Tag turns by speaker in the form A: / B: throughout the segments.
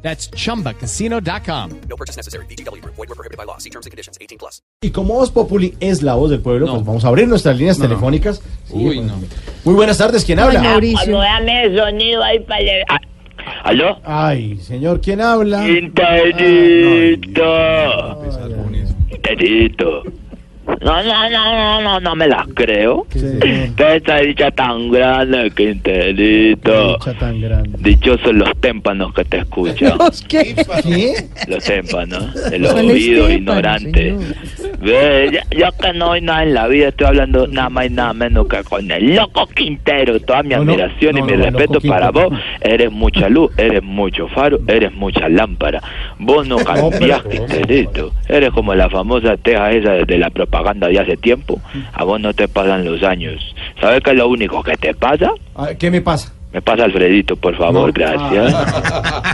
A: That's chumbacasino.com.
B: No purchase necessary. BGW. Void were prohibited by law. See terms and conditions. 18 plus.
C: Y como Voz Populi es la voz del pueblo, pues vamos a abrir nuestras líneas telefónicas. Sí, pues, Muy buenas tardes, ¿quién habla?
D: Cuando dame el sonido ahí para el... Ah,
E: ¿Aló?
C: Ay, señor, ¿quién habla?
E: Quinterito. Quinterito. No, no, no, no, no, no me la creo.
C: ¿Qué
E: ¿Qué esa dicha tan grande, Quinterito?
C: dicha tan grande?
E: Dichosos los témpanos que te escuchan.
C: ¿Qué? ¿Qué?
E: Los témpanos, el oído ignorante. Ve, ya- Yo que no oí nada en la vida, estoy hablando nada más y nada menos que con el loco Quintero. Toda mi
C: No, no,
E: admiración
C: no,
E: y mi
C: no,
E: respeto
C: loco
E: para
C: Quintero.
E: vos. Eres mucha luz, eres mucho faro, eres mucha lámpara. Vos no cambiás,
C: pero-
E: Quinterito. Eres como la famosa teja esa de la propaganda de hace tiempo. A vos no te pasan los años. ¿Sabes qué es lo único que te pasa?
C: Ah, ¿Qué me pasa?
E: Me pasa Alfredito, por favor,
C: No. ah.
E: gracias.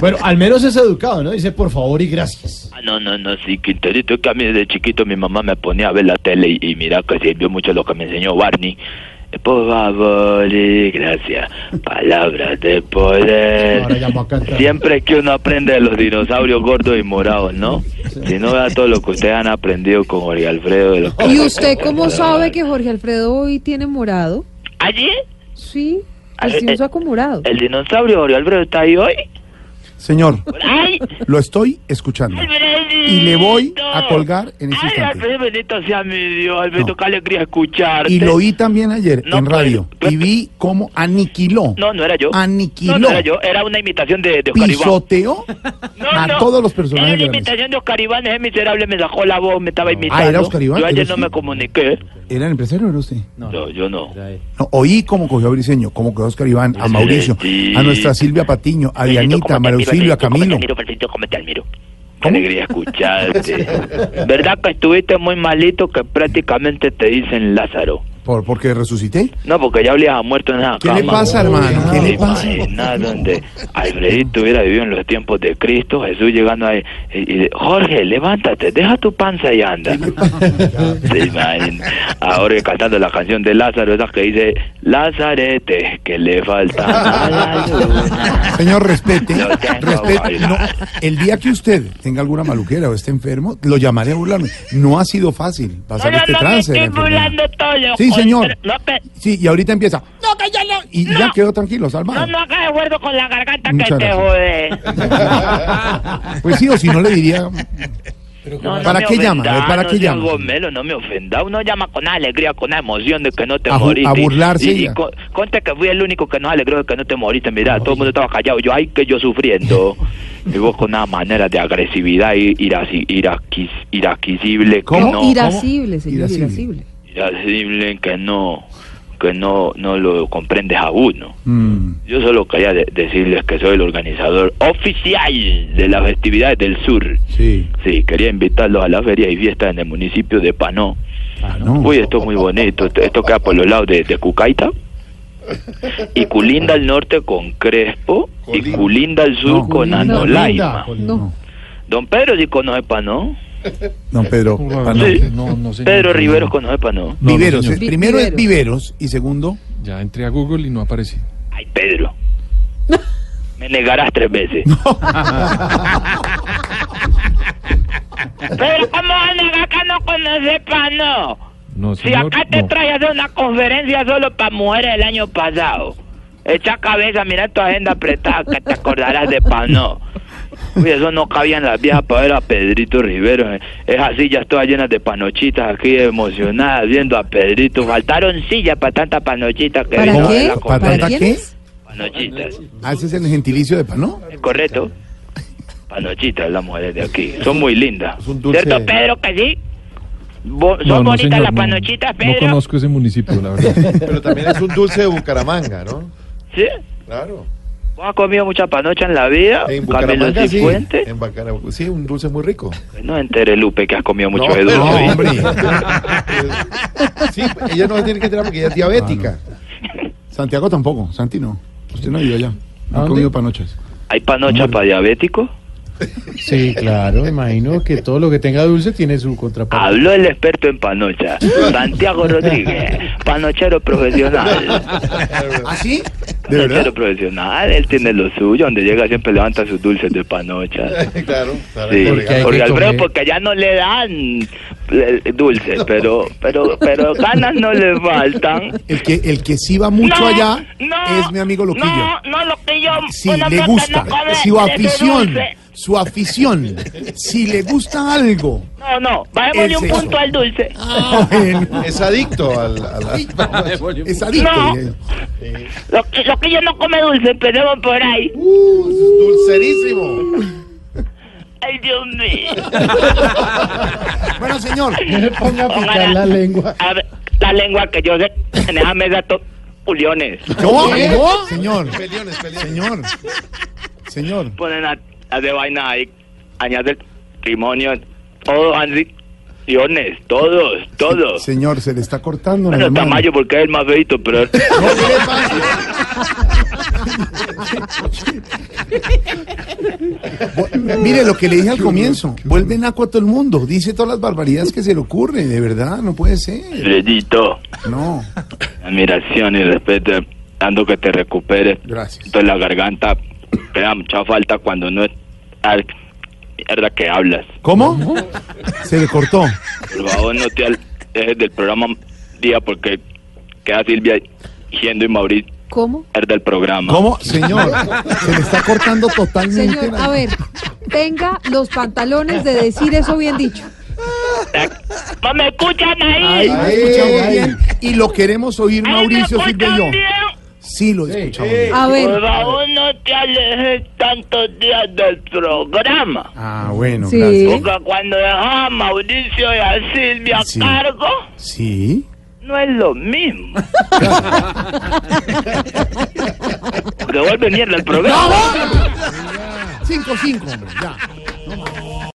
C: Bueno, al menos es educado, ¿no? Dice por favor y gracias.
E: Ah, No, no, no, sí, Quinterito, es que a mí desde chiquito mi mamá me ponía a ver la tele y, y mira que sirvió mucho lo que me enseñó Barney. Eh, Por favor y gracias, palabras de
C: Ahora
E: poder.
C: llamo a cantar.
E: Siempre que uno aprende de los dinosaurios gordos y morados, ¿no? Si no vea todo lo que ustedes han aprendido con Jorge Alfredo de los...
F: ¿Y usted cómo sabe que Jorge Alfredo hoy tiene morado?
E: ¿Allí?
F: Sí,
E: Ah,
F: pues
E: eh,
F: tiene un
E: eh,
F: saco morado.
E: ¿El dinosaurio Jorge Alfredo está ahí hoy?
G: Señor,
E: ¡Ay!
G: lo estoy escuchando.
E: Alfredito.
G: Y le voy a colgar en ese
E: Ay,
G: instante.
E: Alfredo, bendito sea mi Dios, Alberto,
G: No.
E: qué alegría escucharte.
G: Y lo oí también ayer
E: No,
G: en
E: pero-
G: radio.
E: pero-
G: y vi cómo aniquiló,
E: No, no era yo.
G: Aniquiló.
E: No, no era yo, era una imitación de, de Oscar Iván.
G: pisoteó
E: No,
G: a
E: no,
G: todos los personajes
E: Era
G: de
E: la
G: la mesa.
E: imitación de Oscar Iván, ese miserable me sacó la voz, me estaba imitando.
G: Ah, ¿era Oscar Iván?
E: Yo ayer
G: Pero
E: no
G: sí.
E: me comuniqué.
G: ¿Era el empresario o era usted?
E: No, yo no.
G: No, oí cómo cogió a Briseño, cómo cogió a Oscar Iván, a Mauricio,
E: sí.
G: a nuestra Silvia Patiño, a Dianita, a María Auxilio, a Camilo.
E: Alfredito, ¿cómo te admiro? Qué
G: ¿Cómo?
E: alegría escucharte. ¿Verdad que estuviste muy malito que prácticamente te dicen Lázaro?
G: Por, porque resucité.
E: No, porque ya olías a muerto en esa
G: ¿Qué le
E: cama.
G: pasa, hermano? ¿Qué le pasa?
E: Imagina donde Alfredito hubiera vivido en los tiempos de Cristo, Jesús llegando ahí y, y le- Jorge, levántate, deja tu panza y anda. Se imagina. Ahora cantando la canción de Lázaro, esa que dice Lazarete, que le falta a la luna.
G: Señor, respete,
E: Lo tengo
G: respete.
E: bailando.
G: No, el día que usted tenga alguna maluquera o esté enfermo, lo llamaré a burlarme. No ha sido fácil pasar
E: No, no,
G: este
E: no, me
G: trance. de la
E: estoy
G: enfermedad.
E: burlando todo, yo
G: Sí,
E: contra-
G: señor.
E: No, pe-
G: Sí, y ahorita empieza.
E: no, que yo no.
G: Y
E: no,
G: ya quedó tranquilo, salvado.
E: No, no hagas de acuerdo con la garganta que
G: Muchas
E: te jode.
G: Pues sí, o si no le diría.
E: No, no
G: ¿Para
E: me
G: qué llama? A ver,
E: ofenda,
G: ¿para
E: no
G: qué
E: seas
G: llama?
E: Gomelo, no me ofenda. Uno llama con alegría, con una emoción de que no te
G: A ju-
E: moriste.
G: a
E: Y,
G: burlarse
E: y
G: ya.
E: co- conte que fui el único que nos alegró de que no te moriste. Mira, todo el mundo estaba callado. Yo, ay, que yo sufriendo. y vos con una manera de agresividad y irasi, iraquis, iraquisible.
G: ¿Cómo?
E: Que no,
F: irascible, señor,
G: Irascible.
F: irascible.
E: irascible que no, que no, no lo comprendes a uno.
G: Mm,
E: Yo solo quería de- decirles que soy el organizador oficial de las festividades del sur.
G: sí.
E: Sí, quería invitarlos a la feria y fiesta en el municipio de Panó.
G: Ah, no.
E: Uy, esto es muy bonito. Esto, esto queda por los lados de, de Cucaita. Y Culinda al norte con Crespo. Y Culinda al sur
G: No,
E: con
G: Culinda,
E: Anolaima.
C: Linda.
F: No.
E: Don Pedro sí conoce Panó.
G: No, Pedro. ah, no.
E: Sí. Pedro Riveros conoce Panó.
H: No, no,
G: Viveros.
H: señor.
G: eh, primero es
F: Viveros.
G: Viveros y segundo.
H: Ya entré a Google y no aparece.
E: Ay, Pedro. Me negarás tres veces. Pedro, ¿cómo vas a negar que no conoce Panó?
H: No,
E: Si
H: señor,
E: acá te
H: no.
E: traes a hacer una conferencia solo para mujeres el año pasado. Echa cabeza, mira tu agenda apretada que te acordarás de Panó. Uy, eso no cabían las viejas para ver a Pedrito Rivero. eh. Es así, ya todas llenas de panochitas aquí, emocionadas, viendo a Pedrito. Faltaron sillas para tantas panochitas que
F: ¿Para
E: vino a
F: qué?
E: la
G: ¿Para
F: ¿Para
E: conferencia.
G: tanta qué?
F: quiénes?
E: Panochitas,
G: Ah, ese es el gentilicio de Panó.
E: ¿es correcto? Panochitas las mujeres de aquí. Son muy lindas.
C: es un dulce-
E: ¿Cierto, Pedro, que sí? Bo- ¿Son
H: No, no,
E: bonitas
H: señor,
E: las
H: no.
E: panochitas,
H: No
E: Pedro?
H: conozco ese municipio, la verdad.
C: Pero también es un dulce de Bucaramanga, ¿no?
E: ¿Sí?
C: Claro.
E: ¿Vos has comido mucha panocha en la vida? Camilo
I: En Bucaramanga, sí.
E: Cifuente.
I: En Bucaramanga, sí, un dulce muy rico.
E: No entere, Lupe, que has comido mucho
I: No,
E: de dulce.
I: pero-
G: No,
E: ¿oíste?
G: hombre.
I: Sí, ella no se tiene que enterar porque ella es diabética.
G: Santiago tampoco, Santi no. Usted no ha ido allá. No ha comido panochas.
E: ¿Hay panocha para diabéticos?
C: Sí, claro, imagino que todo lo que tenga dulce tiene su
H: Ah.
C: contraparte.
E: Habló el experto en panocha, Santiago Rodríguez, panochero profesional.
G: ¿Ah, sí? ¿De verdad?
E: Panochero profesional, él tiene lo suyo, donde llega siempre levanta sus dulces de panocha.
I: claro. para
E: Sí,
I: agregar.
C: hay que
E: porque Alfredo,
C: comer.
E: porque ya no le dan eh, dulces, pero, pero, pero ganas no le faltan.
G: El que, el que sí va mucho
E: No,
G: allá
E: no,
G: es mi amigo Loquillo.
E: No, no, Loquillo.
G: Si
E: una
G: le
E: mata
G: gusta,
E: no come
G: su
E: de ese
G: afición,
E: dulce.
G: su afición, si le gusta algo.
E: No, no, bajémosle
G: El
E: un
G: sexo.
E: punto al dulce.
C: Ah.
G: bueno,
I: Es adicto al, a la-
G: es adicto.
E: No.
G: diría yo.
E: Lo- Loquillo no come dulce, empecemos por ahí.
I: Uh, dulcerísimo.
E: Ay, Dios mío.
G: Bueno, señor,
C: Ponga a
E: Ojalá.
C: picar la lengua.
E: A ver, la lengua que yo sé en esa mesa to- puliones.
G: ¿Cómo?
C: ¿Eh?
G: Señor,
I: Peliones, peliones.
G: señor, señor.
E: Ponen a, a de vaina ahí, añade limonio, todos han puliones, todos, todos.
G: Señor, se le está cortando la
E: Bueno,
G: llamada.
E: Tamayo porque es el más feito, pero...
G: Vu- Mire lo que le dije al comienzo. Vuelve naco a todo el mundo. Dice todas las barbaridades que se le ocurre. De verdad, no puede ser.
E: Alfredito,
G: No,
E: admiración y respeto, dando que te recuperes.
G: gracias.
E: Entonces la garganta queda mucha falta cuando no es al- mierda que hablas.
G: ¿Cómo? Se le cortó.
E: Por favor, no te al- dejes del programa día porque queda Silvia yendo y Mauricio
F: ¿Cómo?
E: del programa.
G: ¿Cómo? Señor, se le está cortando totalmente.
F: Señor,
G: la-
F: a ver, tenga los pantalones de decir eso bien dicho.
E: ¿No me escuchan ahí?
G: Ahí lo escuchamos bien y lo queremos oír
E: ¿Ahí
G: Mauricio
E: me
G: Silva
E: escuchan
G: y yo.
E: bien?
G: Sí, lo escuchamos bien.
F: A
E: Por
F: ver,
E: favor, no te alejes tantos días del programa.
G: Ah, bueno,
F: Sí.
G: gracias.
E: Porque cuando dejas a Mauricio y a Silvia
G: Sí.
E: a cargo,
G: Sí.
E: no es lo mismo. Porque vuelve mierda el programa.
G: Cinco, cinco, hombre, ya.